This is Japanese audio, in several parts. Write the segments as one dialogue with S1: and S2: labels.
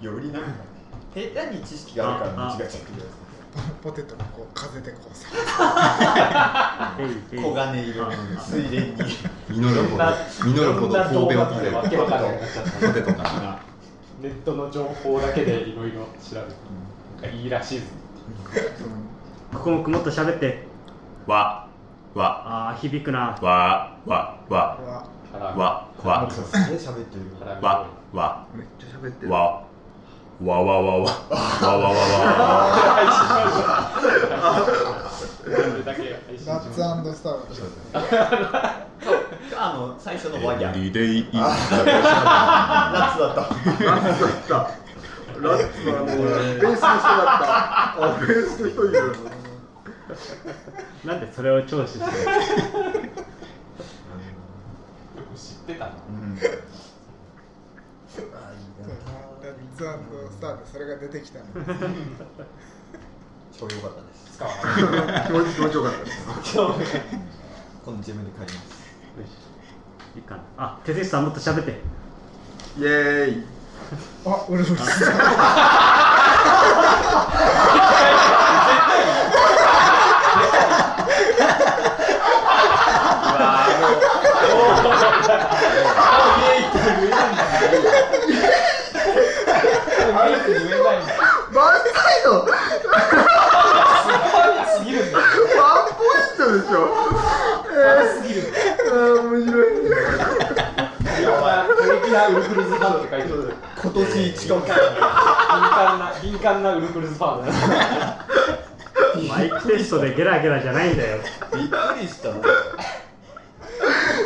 S1: よりなんか下手に知識があるから間違っちゃってるや
S2: ポテトがこう風でこうさ
S1: つ黄金色水蓮に
S3: 実るほど実るほど神戸を食べる
S4: わけわかんなくなっちゃった
S3: ポテトが
S4: ネットの情報だけでいろいろ調べてなんかいいらしいぞ
S5: こももっと喋って
S6: わわ
S5: あー響くな
S6: わわわ
S2: は
S4: 腹
S6: わ
S4: が
S6: わ
S1: 奥
S6: わ
S1: さんすげえ喋ってる
S4: 腹が
S6: わわ
S3: めっちゃ喋ってる
S6: わわわわわわわわわわ
S4: 配信しましたそれだけ配信し
S2: ナ
S4: ま
S2: ッ
S4: した
S2: ツスター
S1: あの最初のワギャ
S6: エ
S1: 夏
S6: リデイイン
S1: だった
S3: ラッツだったラッツはもうベースの人だったあベースの人いる
S5: なんでそれを聴取してる
S4: よく知ってたの
S1: うん
S2: ラッツスターでそれが出てきたの
S1: 超良かったです
S4: 使わない
S3: 気持ち気持ちよかったです
S1: 今度自分で買います
S5: いいかなあ手口さんもっと喋って
S3: イエーイ
S2: あ俺も
S4: あれって言えないんだ
S3: バンサイドワン
S4: すぎるんだ
S3: ポイントでしょえ
S4: すぎる
S3: ー、あー面白い
S4: やばい過激なウルフルズファンって書いてる
S1: 今年一かも
S4: 敏感な敏感なウルフルズファンだね
S5: マイクテストでゲラゲラじゃないんだよ
S1: びっくりした
S4: 敏感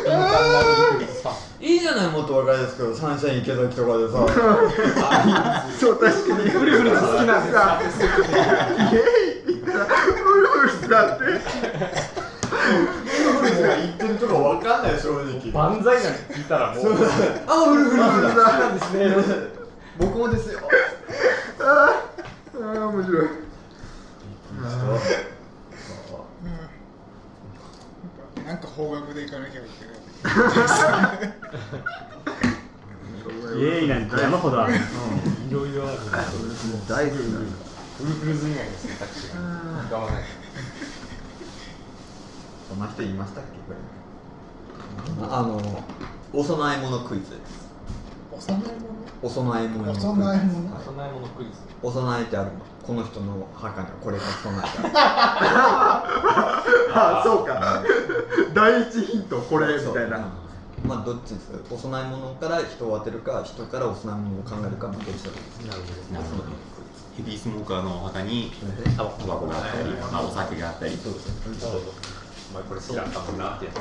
S4: なウルフルズファン
S1: いいじゃないもっと若いですけどサンシャイン池崎とかでさ
S3: そう確かにウルフルズ好きなんですかイエーイって言ったらウルフルズだって
S1: ウルフルズが言ってるとかわかんない正直
S4: 万歳なんて聞いたらもう
S1: あウルフルズだ
S4: なんですね
S1: 僕もですよ
S3: あー面白い
S2: なんか方角で行かなきゃいけない
S5: イエーイなんて山ほどある
S4: いろいろある
S3: 大好きなんだ
S4: ウルフルズ以外の選択肢が浮かばない
S1: そんな人言いましたっけこれあのお供え物クイズです
S2: 幼い
S1: お供え物
S2: もの
S1: クイズ
S2: 幼いもの
S1: はい
S4: 備え物クイズ
S1: お供えってあるこの人の墓にはこれが備えてある
S3: あそうか第一ヒントこれみ
S1: そう
S3: たいな
S1: うんまあどっちですお供え物から人を当てるか人からお供え物を考えるかどっちだと思います
S6: なるほどヘビースモーカーのお墓に
S1: ね
S6: タバタバコがあったり、まあ、お酒があったり
S1: そうですね
S4: お前これ好きだったもんなってや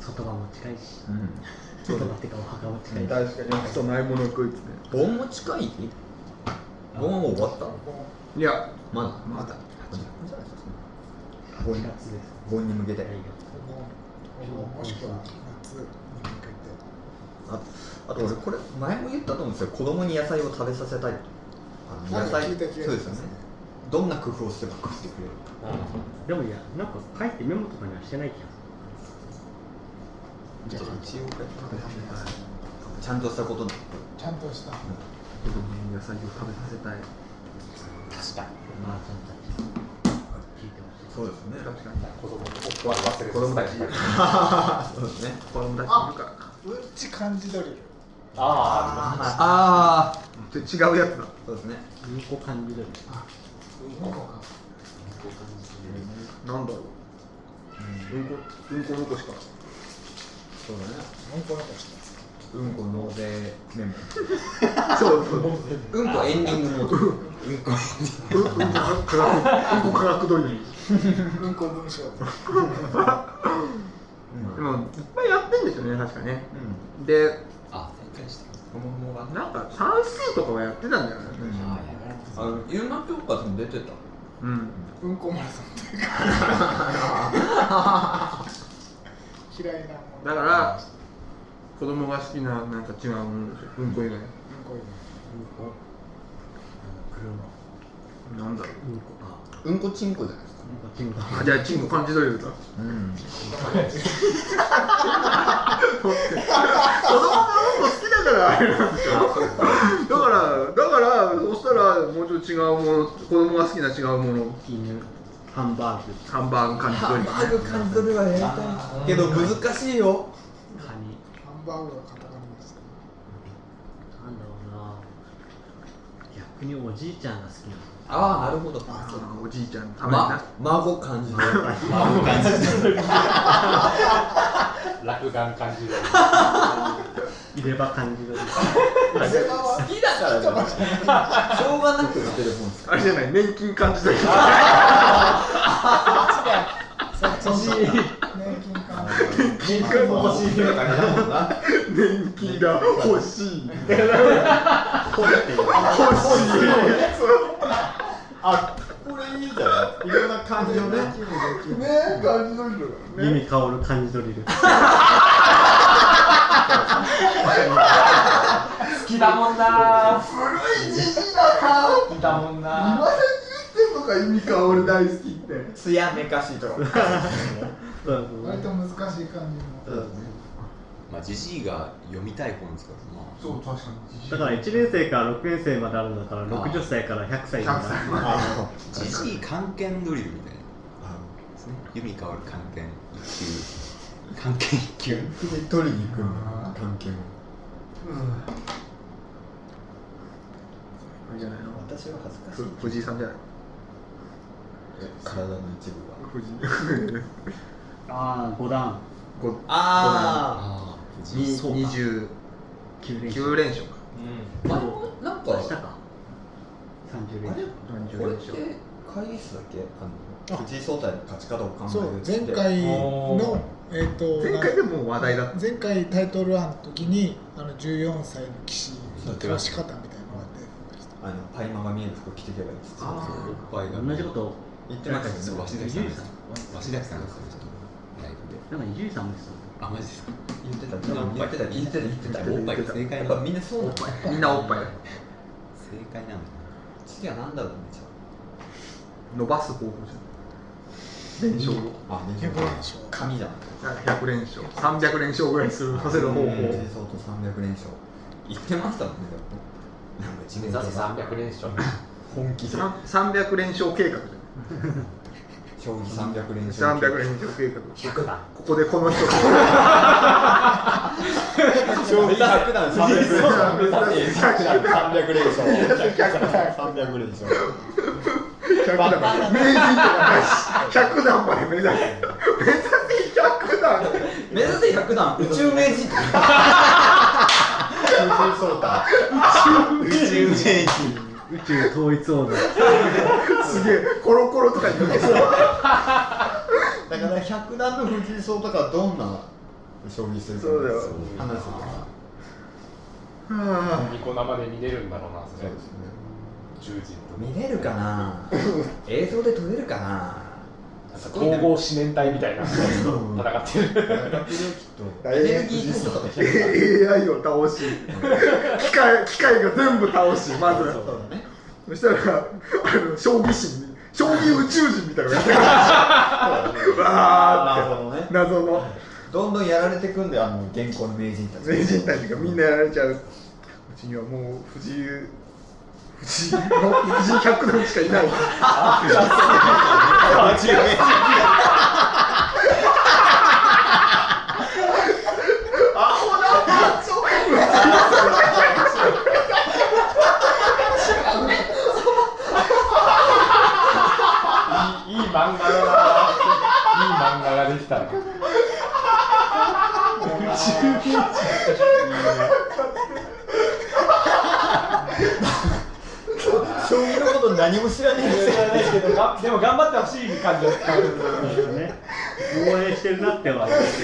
S4: つ
S5: 外場も近いし
S1: うん
S5: 外場ってかお墓も近いし
S3: 確かにお供え物クイズね
S1: 盆も近い盆はもう終わった
S3: いや
S1: まだ
S3: まだ
S1: 盆
S5: 8
S1: に
S5: 月です
S1: 盆に向けて
S2: もしくは夏に向けて
S1: ああと俺これ前も言ったと思うんですよ子供に野菜を食べさせたいあの野菜そ
S2: 聞いうた
S1: で
S2: 聞
S1: す
S2: いた
S1: よねどんな工夫をしても食ってくれる
S5: でもいやなんか書いてメモとかにはしてない気がす
S1: じゃあ一応これちゃんとしたことな
S2: ちゃんとした
S3: 子供に野菜を食べさせたい
S5: るまあそんな聞いてほしい
S1: そうですね
S3: 確かに
S4: 子供と夫は忘れて
S3: 子供たちいる
S1: そうですね
S3: 子供たちいるから
S2: うんち漢字ドリル
S4: あ
S1: ああ
S3: ちょ違うやつだ
S1: そうですね
S5: うんこ感じる
S3: なんだろううんこうんこのこしか
S1: そうだね
S2: 文句残して
S1: うんこ納税メモ
S3: そうそうう
S1: うんこエンディングノートうんこ
S3: うんこ科学うんこ科学ドリル
S2: 文庫文章
S3: でもいっぱいやってんですよね確かね
S1: う
S3: で
S4: あ再開した
S1: んももが
S3: なんか算数とかはやってたんだよね
S1: あのいろんな教科でも出てた
S3: うん
S2: うんこマラソンというか嫌いなもの
S3: だから子供が好きななんか違うものでしょうんこ以外
S2: うんこ以
S3: なんだろ
S5: うんこか
S1: うんこちんこじゃないですか
S5: うんこ
S3: キングあじゃあキング感じ取れると
S1: うん
S3: 子供のうんこ好き だからあれなんでしょだからだからそしたらもうちょっと違うもの子供が好きな違うもの
S5: 犬ハンバーグ
S3: ハンバーグ感じ取り
S1: ハンバーグ感じ取るはやりたいけど難しいよ
S5: カニ
S7: ハンバーグはカタカナですか
S5: なんだろうな逆におじいちゃんが好きなの
S1: ああなるほど
S7: あ
S3: あーおじいちゃんたまに
S1: ま
S3: な、
S1: 孫感じ取 る
S4: 落眼感じる
S5: 入れ歯感じが
S1: 好きだからじゃないしょうがなく売ってるもんですか
S3: あれじゃない年金感じ取り
S7: 年金か
S1: 人間も欲しいっていう感じだもんな
S3: 年金が欲しい
S8: あ
S1: これいいじゃんいろんな感じをね
S3: ねえ感じ取りだ
S5: 意味香る感じドリル
S4: 好きだもんな
S3: 古いじじいだな
S4: 好きだもんな
S3: 今さき言ってんのか意味か俺大好きって
S1: つやめかしいとか
S5: そうそう
S7: 割と難しい感じの
S9: まあ、ジジイが読みたい本ですから、まあ、
S7: そう確かに
S5: だから1年生から6年生まであるんだから60歳から100歳になる
S9: ジジイ関係ドリルみたいなですね。弓香る関係一級。関係一級。
S1: 取りに行くんだ関係を
S3: いいじゃないの
S1: 私は恥ずか
S3: ふ藤井さんじゃない
S1: 体の一部が
S3: 藤井
S5: ああ5段
S3: ご
S1: あ
S9: ああ、
S3: に
S9: 藤井
S3: 29
S9: 聡太。
S5: 9連
S3: 連勝か
S1: あ前もなんか
S5: したか30連
S1: あれ
S5: 勝
S1: これ
S3: 30
S1: って
S3: 連勝
S1: 会議室だっけあの藤井聡太の勝ち方を考える
S7: そう
S1: って
S7: 前回のえっ、と
S3: 前回でもう話題だった
S7: 前回タイトル案の時にあの14歳の騎士の倒し方みたいなのがあって
S1: あのパイマが見える服着ていけばいいっつって
S9: ああ、おっぱいが。
S5: 同じことを
S1: 言ってました
S9: そ
S1: よ
S9: う、
S1: ね
S9: 鷲崎さんです。鷲崎さんです。ライブで。
S5: なんか伊集院さんも言って
S9: あ、マジですか。
S1: 言ってた言ってた言ってた言ってた
S9: おっぱいが正
S1: や
S9: 解
S1: っ
S9: な
S1: ぱ
S9: の。
S1: みんなそうなんだ
S3: みんなおっぱいだ
S9: 正解なんだ。
S1: 次は何だろうねじゃ
S3: 伸ばす方法じゃん連勝を
S1: ああ
S7: ヘボラでしょ
S1: 紙じゃん
S3: 100連勝300連勝ぐらいするさせる方法
S1: 藤井聡太300連勝言ってましたもんねでもなんか一
S4: 目
S1: 年
S4: 指
S1: 生
S4: せ300連勝
S1: 本気で
S3: さん300連勝計画じ
S1: 将棋300連
S3: ゃ
S1: 勝
S3: ん300連勝計画
S4: 100だ
S3: ここでこの人と
S1: 将棋100段300連勝300連勝300
S4: 目指せ100だ
S1: 連勝
S3: 100段まで名人とかないし100段まで目指す目指せ100段
S1: 目指せ100段宇宙名人
S9: 宇宙名人。
S5: た宇宙統一王座
S3: すげえコロコロとかにけそう
S1: だから100段の藤井聡太がどんな将棋するか
S3: そうだよ
S1: 話すから
S3: は
S4: ニコ生で見れるんだろうなそれ
S1: すね
S4: 10時と
S1: 見れるかな映像で撮れるかな
S4: なんか統合四面体み たいな戦って
S1: や
S4: る
S1: ってるよきっと
S3: あ
S1: エネルギーテストとかしてる
S3: AI を倒し機械機械が全部倒しまず
S1: そうだね
S3: そしたらあの将棋神に将棋宇宙人みたいなのがやってくる わ
S1: なるほど
S3: ーっ
S1: ね
S3: て謎の
S1: どんどんやられてくんだよあの現行の名人たち
S3: 名人たちがみんなやられちゃううちにはもう藤井藤井の藤井百段しかいない
S4: いいいい漫画だないい漫画ができたな
S1: 将棋のこと何も知らねえ
S4: 知らないけどがでも頑張ってほしい感じは伝わる
S5: ね応援してるなっては思ってます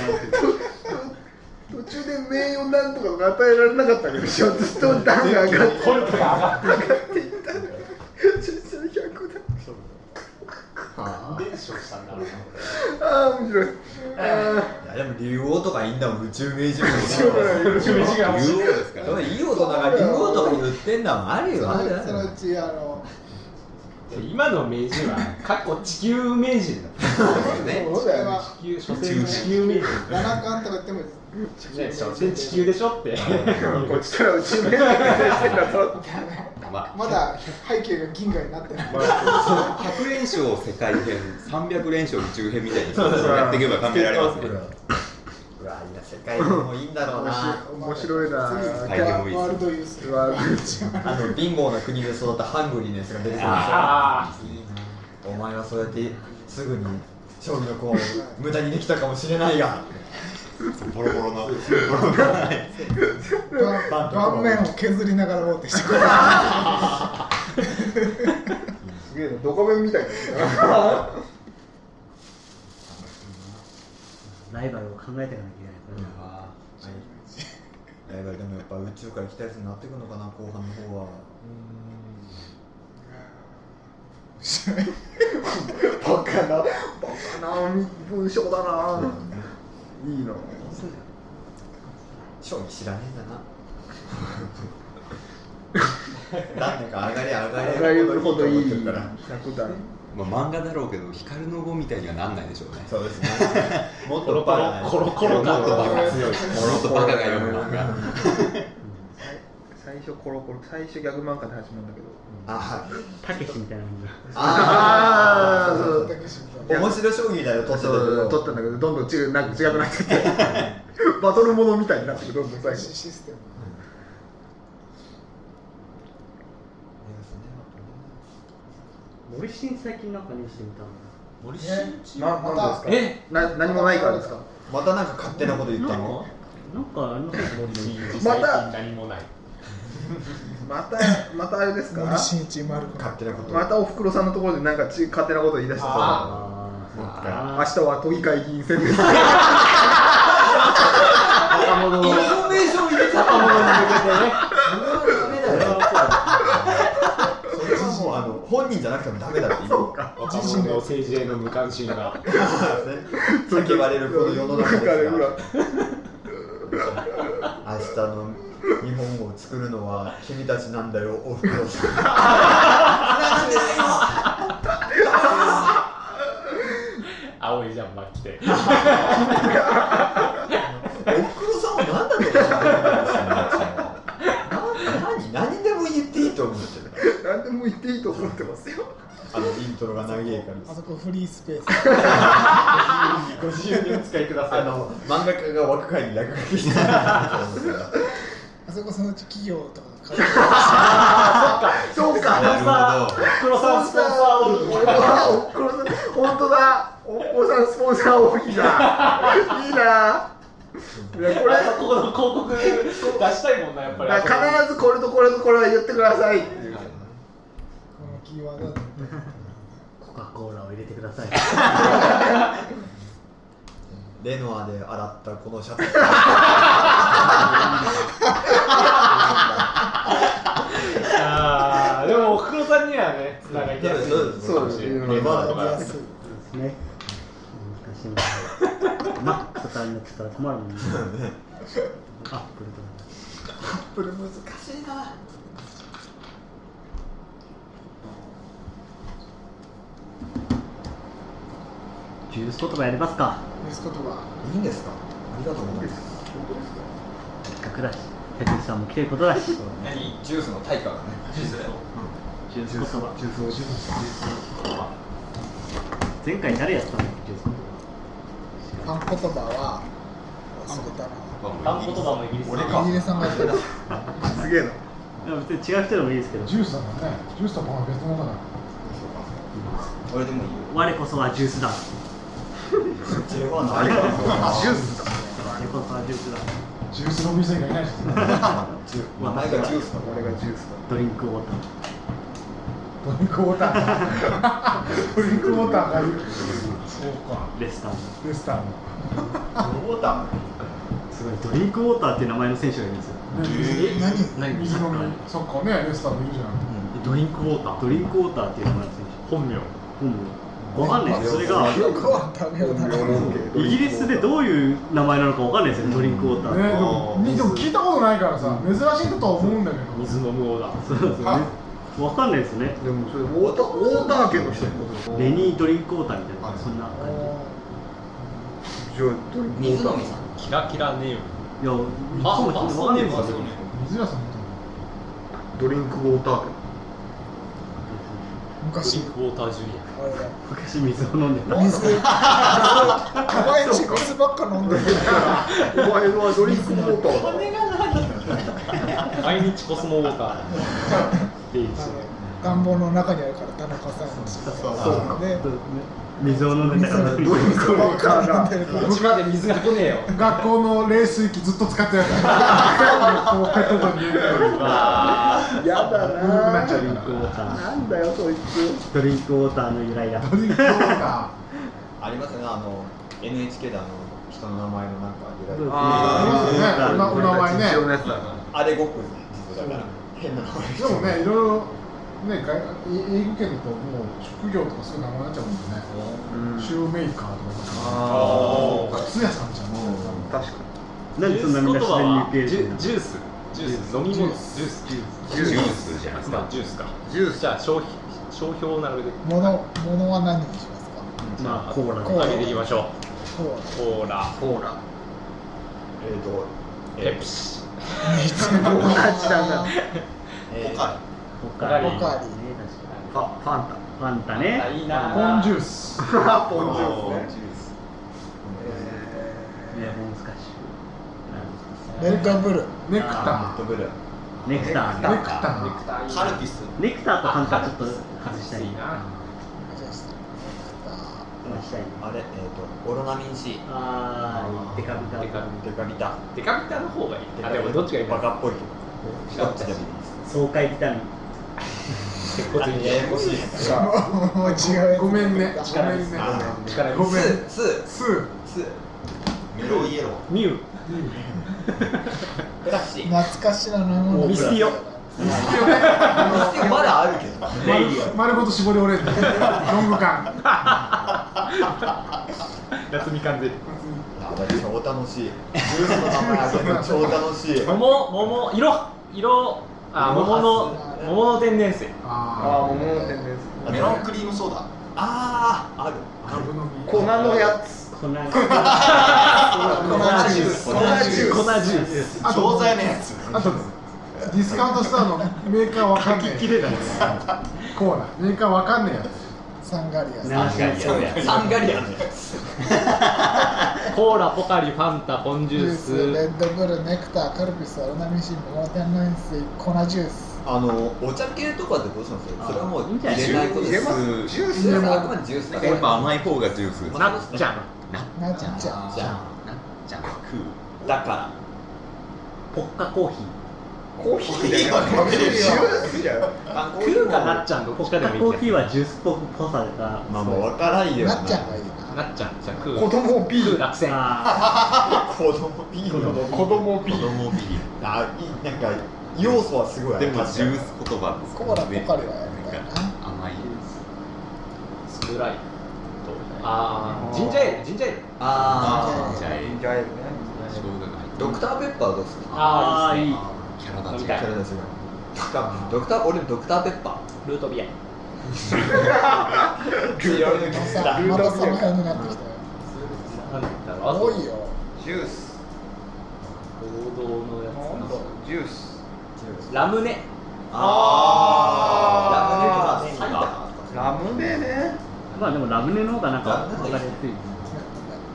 S3: 途中で名誉なんとかが与えられなかったけどずっと段が上がって
S4: ポルトが上がって
S3: 実に百段
S4: 連勝したんだろうな
S3: ああ面白いあ
S1: いやでも竜王とかいいんだもん宇宙名人も
S3: あ面白い
S4: 自分自身が欲しい
S9: 竜王ですから、ね。
S1: いい大人が竜王とかに売ってんだもんあるよ
S7: そのうちあの
S4: じゃあ今の名人は過去地球名人だ
S9: すね
S7: そうだよな
S4: 地球所詮地球名人
S7: 七冠とか言っても
S4: ね所詮地球でしょって
S3: こっちからう ち目で見てだと
S9: まあ
S7: まだ背景が銀河になってない
S9: 100連勝世界編300連勝宇宙編みたいにやっていけば考えられますね
S1: うわいや世界でもいいんだろうな
S3: 面白いな
S9: はいでもいいです
S7: ワールドユース
S3: うわ
S1: あの貧乏な国で育ったハングリーネスが出てくるでし
S4: あ
S1: ょお前はそうやってすぐに将棋の子を無駄にできたかもしれないが
S6: ボロボロの
S1: バンと
S7: 断面を削りながら王手してくる
S3: すげえなドカベンみたいな
S5: ライバルを考えていかなきゃいけないから
S1: ライバルでもやっぱ宇宙から来たやつになってくるのかな後半の方は
S3: バカなバカな文章だないいな
S1: 将棋知らねえん だななんだか上がり上がり
S3: るほどいい
S1: と思ってるから
S3: 100段
S9: まあ漫画だろうけど光の碁みたいにはなんないでしょうね
S1: そう ですねもっ
S4: コロ
S1: と
S4: コ
S1: バ
S4: ロ
S1: ラ
S4: コロコロ
S9: も
S4: 感
S9: っとバカ
S4: が
S9: 強
S4: 強い
S9: いもっとバカが読む漫画
S3: 最初コロコロ最初ギャグ漫画で始まるんだけど
S1: あ
S5: たけしみたいなもんだ
S1: あ
S3: あーそう
S7: だけしんどい
S1: 面白将棋だよ撮ってたけ
S3: そう
S1: ど
S3: 撮ったんだけどどんどん違うなんか違くなってってバトルものみたいになってくどんどん最後
S7: システム
S5: 森進最近なんかニュースで見たんだ
S1: 森進
S7: ね
S3: ななんですか
S4: え
S3: な何もないからですか
S1: またなんか勝手なこと言ったの
S5: なんかありません
S4: 森進一
S3: ま
S4: 最
S3: た
S4: 近何もない
S3: またまたあれですか
S7: 森進一丸子
S1: 勝手なこと
S3: またおふくろさんのところでなんかち勝手なこと言い出してさ
S5: あー
S3: 明
S5: あ
S3: 日は都議会議員選です
S5: 若者の
S1: フォメーション入れちゃっ
S5: 若
S1: たもん
S5: 者
S1: それ
S5: に向けてね
S1: はダメだよそれはもうあの本人じゃなくてもダメだって言うそう か
S4: 若者の政治への無関心が
S1: そうですね叫ばれるこの世の中です
S3: 彼
S1: が
S3: ら
S1: 明日の日本を作るのは君たちなんだよおふくろさん
S4: 青いジャンバー着て
S1: おふくろさんは何だろうな何何でも言っていいと思ってるから
S3: 何でも言っていいと思ってますよ
S1: あのイントロが長いから
S7: あそこフリースペース
S4: ご自由にお使いくだ
S1: あの漫画家が若返り落書きしてるなと思ってた
S7: あそこそのうち企業とかが買う
S3: そうか
S9: なるほど
S4: 黒さんスポンサーオールド
S3: おふくろさん本当だおふくろさんスポンサー大きい ないいないやこれ
S4: あここの広告出したいもんなやっぱり
S3: だから必ずこれとこれとこれは言ってくださいっていう
S7: このキーワードだと思って
S5: コカ・コーラを入れてください
S1: レノアで洗ったこのシ ャツ
S4: あーでもおふくろさんにはねつながりやすい
S3: そうですね
S4: レバーと
S7: 分かりや
S4: か
S7: すい
S5: です ね難しいなマックとかになってたら困るもんねアップルとか
S1: これ難しいな
S5: ジュース言葉やりますか
S7: ニュース言葉
S1: いいんですかありがとうございます
S5: せっかくだしペティさんも来てることだし
S1: ジュースの対価がね
S5: ジュース言葉ジュース前回誰やったのジュース言
S7: ファン言葉は忘れたな
S4: あん言葉もイギリス
S1: 俺
S4: の
S1: か
S7: イギリスさんが言ってた
S3: すげえな
S5: 葉いや別に違う人でもいいですけど
S2: ジュースだもんね。ジュースとパンは別のものだから。
S9: 俺でもいいよ
S5: 我こそはジュースだ
S1: ジェワーのありがとうございます
S3: ジュース
S5: 我
S3: だ
S5: こそはジュースだ
S2: ジュースの店がいないし。
S1: ジュ名前がジュースの
S3: 俺がジュース
S5: ドリンクウォーター
S2: ドリンクウォーターが。ドリンクウォーターがいる。そうか。
S5: レスターの
S2: レスターの。
S1: ボタン
S5: すごいドリンクウォーターっていう名前の選手がいるんですよ
S2: ね水
S5: 何
S2: 水飲み。そっかね、レスターもいるじゃん。
S5: ドリンクウォータードリンクウォーターっていう名前の選手本名本名わかんないですそれが
S7: 僕は食べようだな
S5: イギリスでどういう名前なのかわかんないですよねドリンクウォーター
S2: ね、
S5: っ
S2: で
S5: て
S2: も、でも聞いたことないからさ、珍しいんだとは思うんだけど。
S4: 水飲むオーダー
S5: そうですよね
S2: あ
S5: わかんないですね
S3: でもそれウォーターウォーター家の人ってことでしょ
S5: レニードリンクウォーターみたいな、
S6: はい
S5: そんな感
S3: じゃあどれ
S1: 水飲みさん
S4: キラキラネーム
S5: じいや
S4: あ
S5: そう
S4: あ
S5: です
S4: そ
S5: わか
S4: うんね
S5: ないですよ
S4: そうね
S2: 水屋さんみたいな
S3: ドリンクウォーター
S4: ド
S7: 昔
S4: リンクウォータージュニ
S7: 俺ら
S5: 昔水を飲んでた
S7: 水お前んち水ばっか飲んでる
S3: 家お前はドリンクウォーターだ
S4: ア毎日コスモウォーターっていう
S7: あの暖房の中にあるから田中さんのそうそうね
S5: 水を飲んでたから
S3: ドリンクウォーターだ
S4: うちまで水が来ねえよ
S2: 学校の冷水器ずっと使ってるやつ後輩とかに言うけど古く
S3: やだな
S2: なっちゃ
S5: ド
S2: う
S5: リン
S2: よ
S5: クウォーター
S3: なんだよそいつ
S5: ドリンクウォーターの由来だ
S2: ドリンクウォータ
S1: ありますよねあの NHK であの人の名前のなんか由来
S2: ー
S3: あ
S5: ドリンクウォーター
S2: お名前ね
S3: 実用のやつだな
S1: あれごく実だから変な名前
S2: ーでもねいろいろね外英語圏だともう職業とかそういう名前になっちゃうもんね
S3: うん
S2: シューメーカーとか
S4: あ
S2: なんか靴屋さんじゃんも
S3: 確かに
S5: なんでそんなみんな自然に
S4: ジ
S5: 受け入れてるの
S4: ュジュースジュース飲み物ジュースジュース
S6: ジュースじゃないです
S4: ま
S6: か
S4: あジュースか
S3: ジュース
S4: じゃあ商品商標を並べて
S7: ものものは何にしますか
S4: じゃ
S5: まあコーラ
S7: コーラ
S4: 上げていきましょ
S7: コーラ
S4: うコーラ
S3: コーラ
S1: えーと
S4: ペプシ
S3: 友達だな
S1: えー
S6: ポカ
S5: ポカリ
S4: ポ
S5: ね
S7: カリ
S5: 確
S3: ファファンタ
S5: かにファンタ
S4: あ
S5: ね
S4: いい
S2: う
S4: な
S2: ポンジュ
S4: ー
S2: ース
S3: ポンジュースね
S5: レモンスカッシ
S7: メルカブル
S2: ネクタ
S1: ブルー
S5: ュネクター
S2: ーネ
S5: ね
S2: クター
S4: ス
S6: カルピス
S5: ネクターとファンタちょっと外したい
S4: いいな
S7: じゃあ
S5: 外したいね
S1: あれえっ、とオロナミン C
S5: あーデカビタ
S4: デカ
S1: デカビタ
S4: デカビタの方がいい
S1: デカビタ
S4: あでもどっちがいい
S1: バ
S4: か
S1: カっぽいけどどっちでもいい
S5: 爽快ビタミン
S4: 鉄骨に
S1: ややこしいです
S7: もう違う
S2: ごめんねご
S4: 力
S2: め
S4: です
S2: んね
S4: 力
S2: ごめん
S1: スー
S2: スー
S1: スー
S6: メロイエロー
S4: ミュ
S1: プラシ
S7: 懐かしいな
S5: もう
S7: ミ
S5: ミスティオ
S1: まだあるけど
S5: レイディ
S2: 丸ごと絞り折れるロング缶
S4: ー夏みかんゼリ
S1: あだ超楽しいジュースの名前あげるの超楽しい
S4: ー桃桃色色あ桃の桃の天然水
S2: あ
S3: ああ桃の天然水
S6: メロンクリームソーダ
S1: あーある
S2: あ株の実
S3: 粉のやつ
S5: オ粉が
S1: 粉ジュース
S6: 粉ジュース
S4: 粉ジュース
S2: あと
S6: 錠剤のやつ
S2: あとディスカウントストアのメーカーわかんね
S4: 切
S2: え
S4: れないです
S2: コーラメーカーわかんねえや
S7: サンガリア
S5: 流し
S7: さん
S5: がち
S1: サンガリアンのやつ
S4: コーラポカリファンタポンジ
S7: ジ
S4: ュ
S7: ュ
S4: ー
S7: ー
S4: ス
S7: スレッドブルネクターカルピスアルナミシンモーテンライン水粉ジュース
S1: あのお茶系とかってどうしますそれはもう入れないこと
S6: ジ
S1: で
S6: ュ
S1: す
S6: ースジュー
S1: ジュースあくまでジュースだ
S6: ス
S1: から
S6: やっぱ甘い方がジュース
S1: ま
S4: なっちゃ
S7: な
S4: ん
S7: っちゃんちゃん
S1: じゃあ
S6: なっちゃんクー
S1: だから
S5: ポッカコーヒ
S3: コーヒーだよジュースじゃん
S1: あ
S4: クーかなっちゃんどっちか
S5: ー
S4: で
S5: ポッ
S4: もい
S5: カコー
S4: いけど
S5: ヒーはジュースっぽくぽさでさ
S1: まあもう分からんよ
S7: なっちゃんがいいな
S4: なっちゃんじゃあクー
S3: 子供をビ
S4: ク
S3: ー
S4: ー
S3: ル
S4: 落選
S5: あ
S1: 子供ビールの
S3: 子供をビ
S6: 子
S3: ール
S6: 供ビリ
S1: あいいなんか要素はすごいあ
S6: で
S1: る
S6: もジュース言葉です
S7: コーラポカリはやりたいな
S6: 甘い
S4: スプライトああジンジャーエールジンジャーエール
S1: あ
S6: じゃあえ
S3: ジャーエールね
S6: 生姜が入って
S1: ドクターペッパーどうすか
S4: あーいいですね
S6: キャラ
S4: 飲
S6: 立
S4: み
S6: ち
S4: た
S1: それ
S6: が
S4: い
S1: ですよドクター俺ドクターペッパ
S4: ルートビア
S1: ー強いの
S7: ま
S1: きつ
S7: た
S1: だ
S7: またその辺になってきたよ
S4: なんだろうあ
S7: 多
S4: と
S7: いよ
S3: ジュース
S4: 王道のや
S3: ジュース
S4: つラムネ
S1: あ
S4: あー
S1: ーラムネが
S3: ラムネね
S5: ーまあでもラムネの方がなんか分かりやすい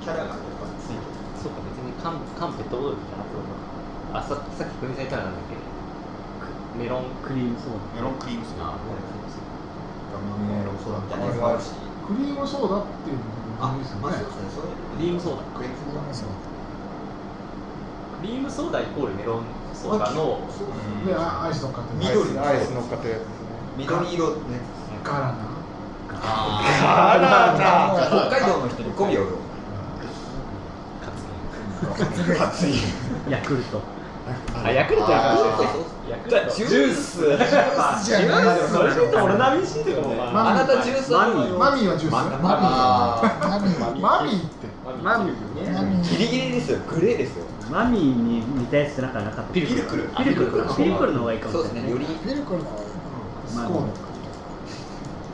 S1: キャラがやっぱついてる
S4: そうか別にカンカンペットボトルじゃなくてもあささっき組みさん言ったらなんだっけメロン
S5: クリームソーダ
S6: メロンクリームソー
S1: ラ
S6: ダ
S1: ムネロソダみたいなやつもあるし
S2: クリームソーダっていうの
S1: あ
S2: もいいですよ
S1: まあ
S2: ね
S1: そうですねそういう
S4: クリーム
S1: クリームソーダ
S4: ソーダクリームソーダイコールメロンソーダの
S2: であアイス乗っかってる
S1: 緑
S3: アイス乗っかってるやつ
S1: 緑色ね
S2: ガラナ
S3: あらな
S1: 北海道の人に媚びを売ろう
S4: カツ
S1: 熱い
S5: ヤクルト
S4: あヤクルトや
S1: あ
S4: か
S1: ー
S4: もし
S1: そう
S4: れないヤクルト
S1: ジュース
S4: まあ
S7: じゃない
S4: ジュースそれで言うと俺ナミシーとかもまあ
S1: あなたジュースあるのよ
S2: マミーはジュース
S1: あ
S7: マミー
S2: マミーって
S3: マミーね
S7: マミ
S1: ギ
S7: ー
S1: リギリですよグレーですよ
S5: マミーに似たやつってなんかなかった
S1: ピルクル
S5: ピルクルかピルクルの方がいいかも
S1: そう
S5: し
S1: です
S5: れな
S1: ね
S5: い
S1: より
S7: ピルクルの方がいい
S2: スコーンとか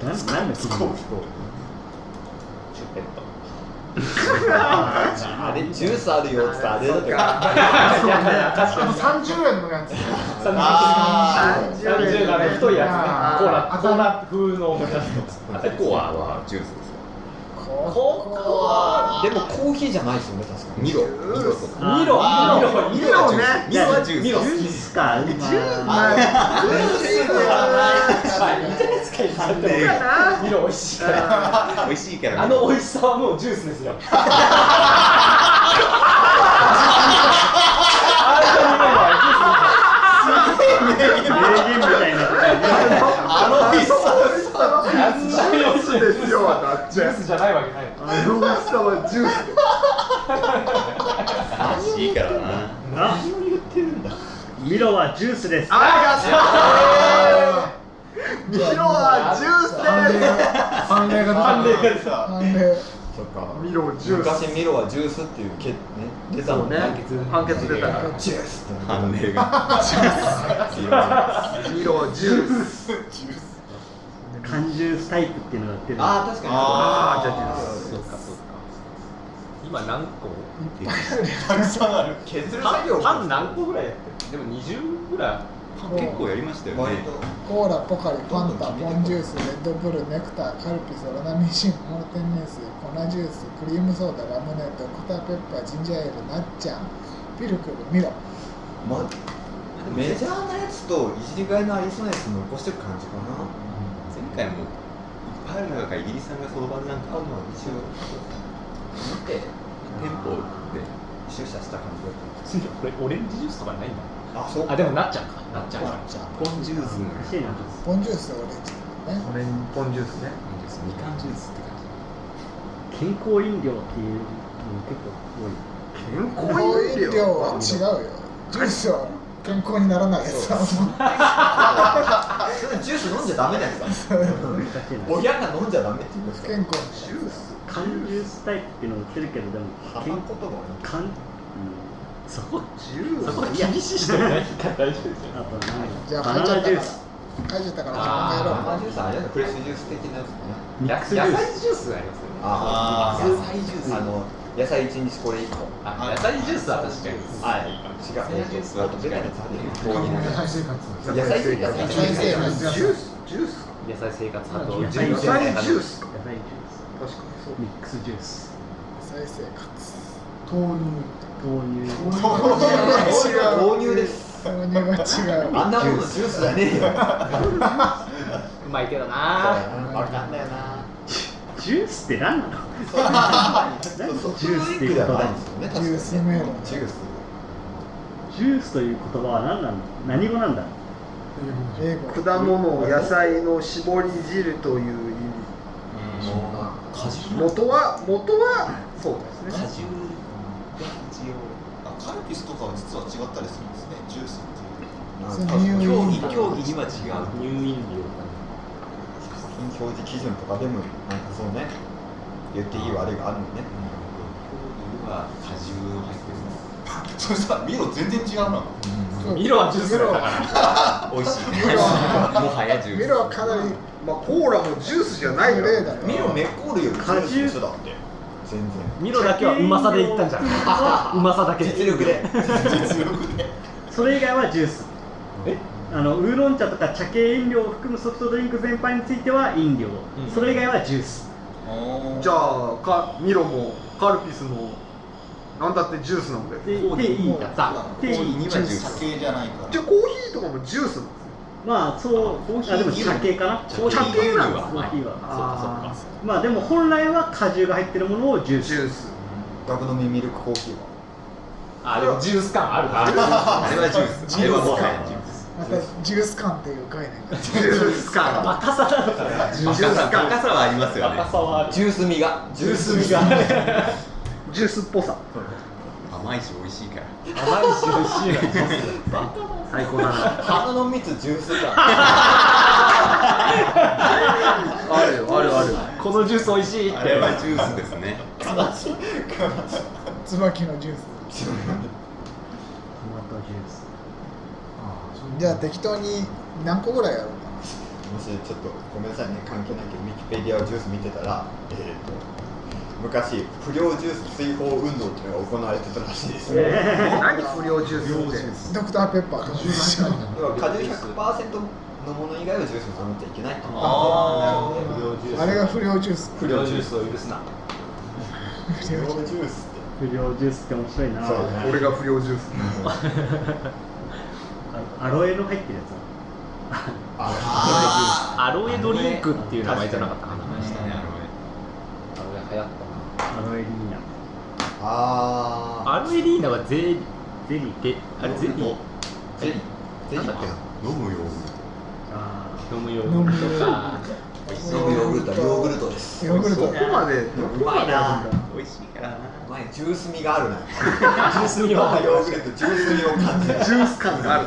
S5: 何何のスコーン
S4: チュペット。あれ、ジュースあるよってあれだとか。
S2: あの30円のやつ
S4: あー
S2: 30
S4: 30がね太いやつね
S2: あー
S4: コーラ
S2: あ
S4: コーラ風のおもちゃとか
S6: ココアはジュースですか
S4: ココアでもコーヒーじゃないですよね確かに
S6: ミロミロとか
S5: あー
S4: ミロミロミロ
S3: ミロね
S6: ミロはジュース
S4: ミロ
S5: ジュースかうまい
S4: はいいいじゃないですか言っちゃってもミロ美味しいから
S6: 美味しいから
S4: あの美味しさはもうジュースですよ
S5: 名言みたいな
S4: あの美味しさあんなに美味しい
S3: ジュースですよだって
S4: ジュースじゃないわけない
S3: あの美味しさはジュース
S6: 美味しいからな
S5: 何を言ってるんだミロはジュースです
S3: あーミロはジュースです
S2: 判例が判例が出た判例
S1: そっか
S3: ミロジュース
S4: 昔ミロはジュースっていうけね出たもんね
S3: 判決出たか
S1: ジュースって
S6: 判例がジュー
S3: らミロジュース
S5: 缶ジュースタイプっていうのが売ってる
S4: ああ確かに
S3: あーじゃあ
S4: あそうかそうか今何個
S10: たくさんある
S4: 削る作業パン何個ぐらいやってるでも20ぐら
S6: ス結構やりましたよね
S2: コーラ、ポカリ、パンタ、ポンジュース、レッドブル、ネクター、カルピス、オロナミンシン、モルテン水、粉ジュース、クリームソーダ、ラムネット、クターペッパー、ジンジャーエール、ナッチャン、ピルクル、ミロ。
S1: まメジャーなやつといじりがいのありそうなやつ残してる感じかな
S6: 前回もいっぱいある中からイギリスさんがその場でなんか
S1: あまあ一応
S4: いで
S6: 店舗で
S1: 出社した感じだっ
S4: 次これオレンジジュースとかないんだ
S1: たあそう
S4: あでもなっちゃうかなっちゃうか
S6: ポンジュースの
S5: 欲しいな
S2: ポンジュース、オレンジだよね。
S3: レンポンジュースね
S6: みかんジュースって感じ
S5: 健康飲料っていうの結構多い
S2: こ
S3: 健康
S2: うい
S3: 飲
S2: う
S3: 料
S2: 量は違うよ。ジュースは健康にならないやつだもん。
S1: ジュース飲んじゃダメなやつだ
S5: 難しいな
S1: 親が飲んじゃダメって言うんです
S2: 不
S1: か
S2: 健康
S3: ジュース
S5: 缶ジュースタイプっていうの売ってるけどでも
S1: 花
S5: 健
S1: 言葉
S5: 缶うん
S4: なそこ
S3: ジュー
S4: そ
S3: ス
S4: こ厳しい人いないから大丈夫です
S5: あ
S4: よ
S5: と何
S2: じゃあ、
S5: バ
S2: 書いち
S5: ナナジュース
S2: ゃったから。書いちゃったか
S1: あ
S2: ら考
S1: あジュースあれだねフレッシュジュース的なやつね
S5: ミッ
S4: 野
S5: クスジュ
S4: 菜
S5: ース
S4: ジュースがありますよね
S1: あ
S4: 野菜ジュース
S1: あの野菜一日これ一個
S4: あ野菜ジュースは確かに
S1: はい違う
S6: 野菜ジュースは
S1: もっとベタなやつあるよ
S2: えろう。
S1: 野
S2: 野菜生活。
S1: 菜ジュース
S2: 野菜生活。
S3: ジュースジュース
S4: 野菜生活派と
S5: 野
S4: ジ
S5: 菜
S4: ュース
S3: 野菜ジュースか
S5: 野菜ジュ
S3: 確かにそ
S5: ース
S3: う
S5: ミックスジュース
S2: 再生活
S10: 豆乳
S5: 豆乳
S1: 豆乳です
S2: 豆乳が違う
S1: あんなものジュースじゃねえよ
S4: うまいけどな
S1: わかんないな
S5: ジュースって何なの何
S1: そう
S5: ジュースっ
S1: フ
S5: ていう
S1: ルーツでは
S5: 言
S1: ないん
S5: 葉
S1: ですよね確かに
S2: ジュースメロン
S1: ジュース
S5: ジュースという言葉は何なの何語なんだ
S2: 英語
S3: 果物野菜の絞り汁という意味
S4: 果汁
S3: 元は元はそうで
S4: 果
S3: すね
S4: 汁が必要
S11: あカルピスとかは実は違ったりするんですねジュースっていう
S1: なん
S2: そ
S1: か
S2: う
S1: 確かに
S2: 入
S1: 表
S2: 院
S6: 競技には違う
S4: 入院料
S1: 示表示基準とかでもなんかそうね言っていい悪いがあるのね
S6: には果汁を入ってるんです
S11: それさミロ全然違うな
S4: ミロはジュースだから
S6: 美味しいねもはやジュース
S2: メロはかなり
S3: まあコーラもジュースじゃない
S2: グ
S3: よ
S2: レーだね
S1: ミロメッコールより
S5: 果汁
S1: ジュースだって全然
S4: ミロだけはうまさでいったんじゃないうまさだけで
S1: 実力で
S5: それ以外はジュース
S4: え
S5: あのウーロン茶とか茶系飲料を含むソフトドリンク全般については飲料、
S4: うん
S5: それ以外はジュース
S3: じゃあかミロもカルピスもなんだってジュースなんで
S5: ででいいんだ
S4: さ
S5: でいい
S6: にはジュース
S11: 酒じゃないから
S3: じゃあコーヒーとかもジュースなんですね
S5: まあそうあでも茶系かな
S3: 茶系なんだ
S5: コーヒーは
S3: あー
S5: まあでも本来は果汁が入ってるものをジュー
S3: ジ
S5: ス
S3: ュース
S1: ガブ飲みミルクコーヒーは
S4: あでもジュース感あるか
S6: あれはジュースあれはもはやジュース
S2: またジュース感っていう概念が
S3: ジュースか
S4: バカさなのかな
S3: ジ
S6: バ
S3: ュー
S6: カ
S3: ス
S6: さバ
S3: か
S6: カさはありますよね
S4: バカさはある
S1: ジュース味がジュース味が
S3: ジュースっぽさ
S6: 甘いし美味しいから
S4: 甘いし美味しいな
S3: 最高だな
S1: 花の蜜ジュース感
S3: あるよあるある
S4: このジュース美味しいって
S6: あれはジュースですね
S2: 椿のジュース
S5: トマトジュース
S2: じゃあ適当に何個ぐらいやろうか
S1: 話でちょっとごめんなさいね関係ないけどウィキペディアをジュース見てたら、えー、と昔不良ジュース追放運動っていうのが行われてたらしいですね、
S3: 何不良ジュースって
S12: ドクターペッパーと一緒に
S1: だから果汁100%のもの以外はジュースを飲んじゃいけないと
S4: あー不良ジュース
S12: あれが不良ジュース
S4: 不良ジュースを許すな
S1: 不良ジュースって
S5: 不良ジュースって面白いな
S1: そう
S3: 俺が不良ジュース
S5: あアロエの入ってるやつ
S1: あ
S4: アロエドリンクっていう名前じゃなかったかな
S13: ありましたねあの
S4: アロエ流行っ
S5: ア
S4: た
S5: ロエリーナ
S1: ーあ
S4: なアロエリーナはゼリ
S5: ゼリー
S4: であれゼリー
S1: ーゼリーゼリー
S4: なんだっけ
S14: 飲むよ
S5: あ
S4: 飲むヨーグルトか
S1: 飲むヨーグルトはヨーグルトです
S12: ヨーグル
S3: そこ
S12: ト
S3: まで
S1: うまいな
S13: 美味しいからな
S1: 前ジュース味があるな
S4: ジュースに
S1: 今
S4: は
S1: はヨーグルトジュース味を感じる
S3: ジュース感がある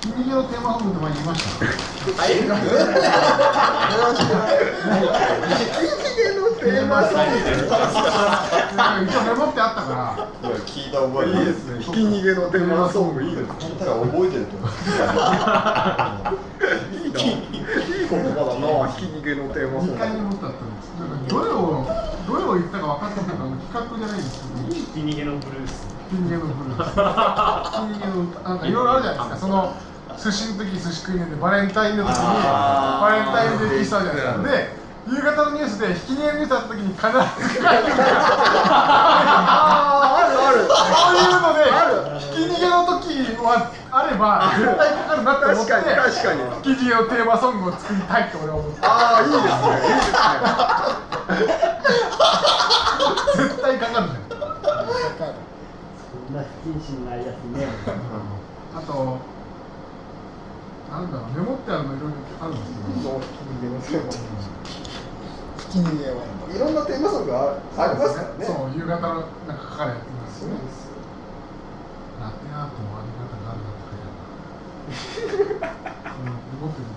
S2: 君をテーマ本部の前に言いましたなんか
S3: テーマソング
S2: 一応メモってあったから
S1: いや聞いた覚え
S3: いいですねひき逃げのテーマソングいいですね
S1: 聞いたら覚えてると思う
S3: いい言葉だなひき逃げのテーマソン
S2: 2回メ
S3: グ
S2: モってあったんですなんかどれをどれを言ったか分かってたかの企画じゃないんですけど
S5: ひき逃げのブルース
S2: 金魚のフルーツ金魚のなんかいろいろあるじゃないですかその寿司の時寿司食いねんでバレンタインの時に
S1: あ
S2: バレンタインデーしたじゃないですかで夕方のニュースでひき逃げニュースあった時に必ず書いてある
S3: あるあ
S2: そういうのでひき逃げの時はあれば絶対かかるなって
S3: る
S2: 思っ
S3: 確
S2: て
S3: かに確かに
S2: ひき逃げのテーマソングを作りたいって俺は思って
S3: ああいいで
S2: 絶
S3: すねいいですね
S2: 対かかるじゃん
S5: そんな不謹慎なやつね
S2: あとなんだろうメモってあるのいろいろあるんですけど
S3: そう
S12: ひ
S3: ひき逃げのテーマソング
S12: き逃げはい
S3: ろんなテーマソングがありますからね。
S2: そう夕方のなんかかかるやつなんです
S3: そ
S2: よ
S3: う
S2: ね
S3: ですよ
S2: ラテアートのあり方があるなって書いてあるな。うん、動くんだけ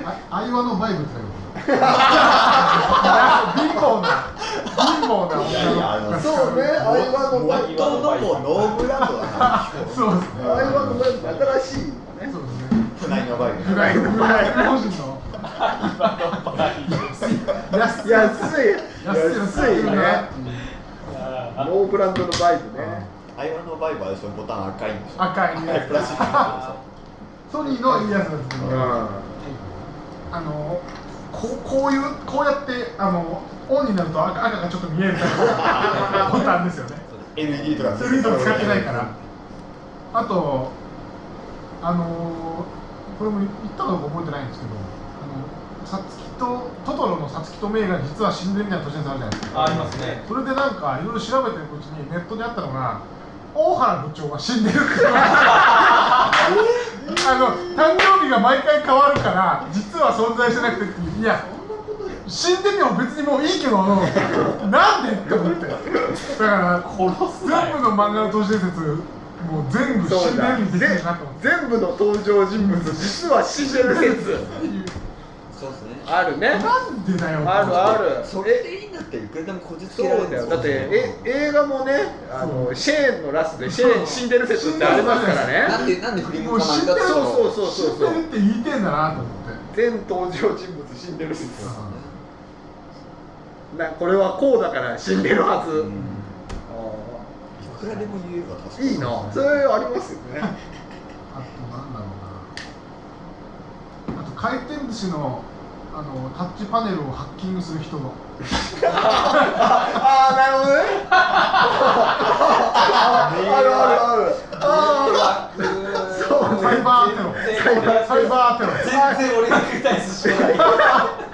S2: ど。あ、アイワのバイブって書いてある。貧乏な、貧乏な女の子。
S3: そうね、アイワのバイブ。
S1: 本当のもうノーブランドだな
S2: そうですね。
S3: アイワのバイブって新しい。
S2: そうですね。
S1: フナイのバイブ
S2: ぐらい、ぐらい、個人の。安い、安い、
S3: 安い。
S2: 安い、
S3: 安いね。ノーブランドのバイブね。
S1: アイワのバイブはでしょボタン赤いんでしょ
S2: 赤いね
S1: プ。ラスチッ
S2: ソニーのいいやつなんですけど。あのこうこういうこうやってあのオンになると赤赤がちょっと見えるみたいなボタンですよね。
S1: クの LED とか
S2: それいつも使ってないから。あとあのこれも言ったのか覚えてないんですけど、あのさつきとトトロのさつきとメイが実は死んでるみたいな都市伝説あるじゃないですか。
S4: ありますね
S2: それでなんかいろいろ調べてるうちにネットにあったのが大原部長が死んでるからあの誕生日が毎回変わるから実は存在してなくてっていういや死んでても別にもういいけどなんでって思ってだから全部の漫画の都市伝説もう全部死
S3: そ
S2: ん
S3: う
S2: で
S3: だ
S2: るにできるなと思って
S3: 全部の登場人物実は死んでる説
S1: そうですね
S3: あるね
S2: なんでだよ
S3: あるある
S1: それでいいんだっていくらでもこじつ
S3: そ
S1: けられる
S3: うん
S1: です
S3: だよだってえ映画もねあのシェーンのラストでシェーン死んでる説ってありますからね
S1: なんでなんで振り
S2: も
S1: 向
S2: う
S1: かない
S2: 死
S1: ん
S2: ん
S1: だ
S2: で
S1: っ
S2: る
S1: て
S3: そうそうそう
S2: 死
S3: そ
S2: ん
S3: う
S2: で
S3: そう
S2: るって言いてんだなと思って。
S3: 全登場人物死んでる説
S2: う
S3: なこれはこうだから死んでるはず、あ
S1: いくらでも言えば確か
S3: ーいいなそれありますよね
S2: あとなんだろうなあと回転寿司のあのタッチパネルをハッキングする人の
S3: ああなるほどね あるあるあるあ
S2: サイバーテロサイバーテロサ
S4: 全然俺が食いたい寿司じゃない
S3: あ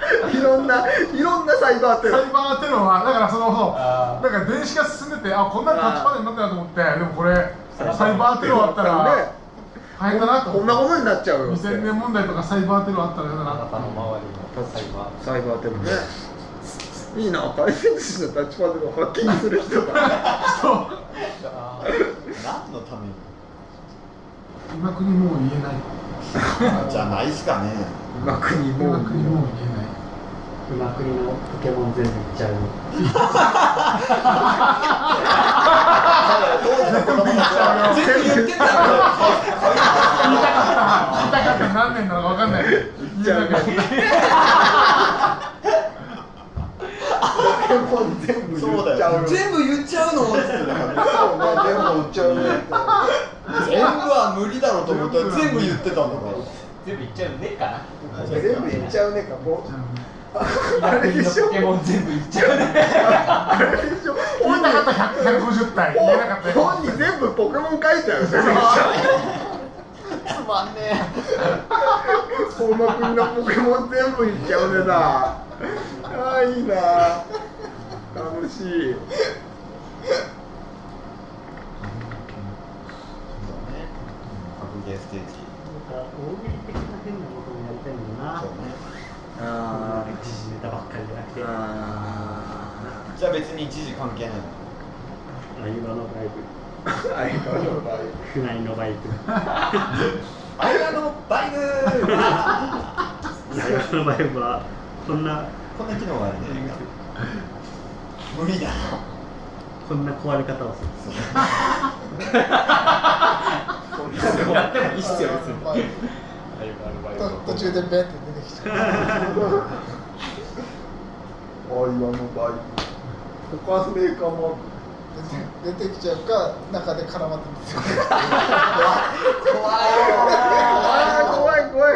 S3: いろんないろんなサイバーテロ
S2: イバーテロはだからそのそうなんか電子化進んでてあこんなタッチパネルになってなと思ってでもこれサイバーテロあったら大変だなと
S3: こんなことになっちゃうよ
S2: 2000年問題とかサイバーテロあったら嫌だ
S4: あな
S2: な
S4: たの周りのサイバ
S3: サイバーテロねいいな回転寿司のタッチパネルをハッキングする人が
S2: そう
S1: に何のために
S2: 今国もう言えない
S1: あじゃないっす かね
S3: うまくにも
S2: 今
S3: う
S2: 国もう言えない
S5: 今国のポケモン全部いっちゃう
S15: 全部言ってた言いたかった言いたかった何年なのか分かんない言いたか
S1: 全部言っちゃう
S16: 全部言っちゃうの
S1: そうね全部言っちゃうね全部は無理だろうと思ったら全部言ってたんだから
S4: 全部いっちゃうねっかな
S1: 全部言っちゃうねかも
S4: あれでしょポケモン全部いっちゃうね
S15: った150体言えなかった
S3: 本に全部ポケモン書いてあるぜめっちゃ
S1: つまんね
S3: 相馬君のポケモン全部いっちゃうねだあーいいな楽しい
S1: 格ゲーステージ
S5: 大喜利的な変なこともやりたいんだな
S1: そうね
S5: あー時事ネタばっかりじゃなくて
S17: あ
S1: じゃあ別に一時関係ない
S5: 相葉のバイク
S3: 相変わらず
S5: 船井のバイク
S1: あやのバイブ
S5: 相葉のバイクはこんな
S1: こんな機能があるんじゃないか無理だ
S5: こんな壊れ方をする
S4: やってもいいっすよ別に
S2: と途中でベッて出てきちゃう
S3: ああ今のバイク他メーカーも
S2: 出て出てきちゃうか中で絡まってますよ
S3: ああ怖い怖い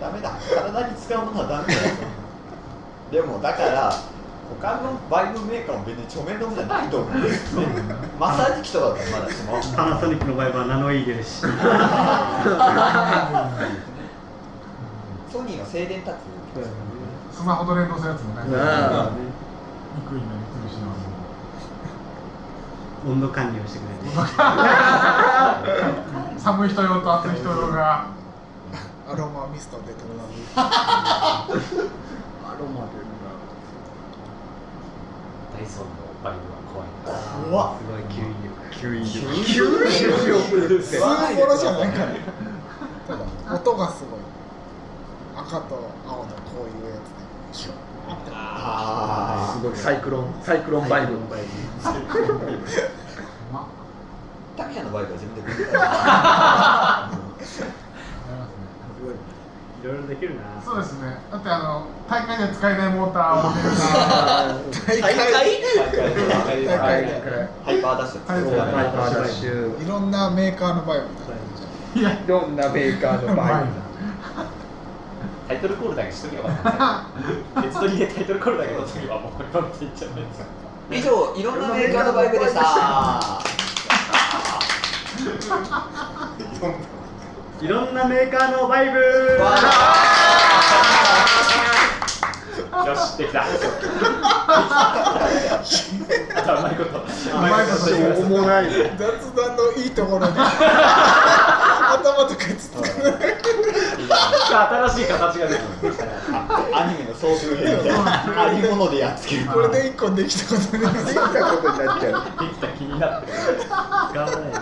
S1: ダメだ体に使うものはダメだよでもだから他のバイブメーカーも別に著名なものじゃないと思うんですよねマッサージ機とかだったらまだしも
S5: パナソニックのバイクはナノイーですし
S1: ソニーの静電タッチ
S15: スマホと連動するやつもね
S3: なあ
S15: 憎いね三菱の
S5: 温度管理をしてくれて
S15: 寒い人用と暑い人用が
S2: アロマミスト出てるのに
S3: アロマ出るな
S4: ダイソンのバイブは怖いな
S1: 怖っ
S4: すごい吸引力
S1: 吸引力
S3: 吸引力
S2: スーゴロじゃないからただ音がすごい赤と青のこういうやつでキューって
S1: あ
S3: すごいサイクロンサイクロンバイブ
S1: あタミヤのバイブは自分で買
S5: いろいろできるな
S15: そうですねだってあの大会では使えないモーターを持ってる
S2: 大会
S1: った
S2: 大会
S3: これ
S1: ハイパーダッシュ
S15: ハイパー
S1: だ
S15: ダッシュ
S3: ハ イパーダッシュ
S2: いろんなメーカーのバイブみたい
S3: いろんなメーカーのバイブ
S4: タイトルコールだけしとけばよかった別撮りでタイトルコールだけの時はもうバンっていっちゃうや
S1: 以
S4: つ
S1: 上いろんなメーカーのバイブでした
S5: いろんなメーカーのバイブ
S4: よしできたできたあとはうまいこと
S3: うまいことしょうもない
S2: な雑談のいいと ころに頭とかつってくる
S4: 新しい形が出てくる
S1: アニメの総集編みたいなありものでやっつける
S2: これで一個できたことにな
S3: で
S2: る
S3: きたことになっち
S4: で
S3: ゃう
S4: きた気になってる
S5: 使わないな
S15: うん
S5: なんだ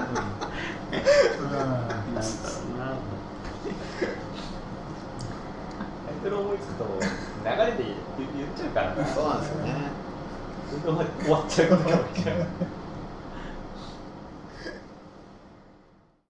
S5: ろうな
S4: タイトル思いつくと流れで言っちゃうからな
S1: そうなんですよね
S4: それで終わっちゃうことが多いから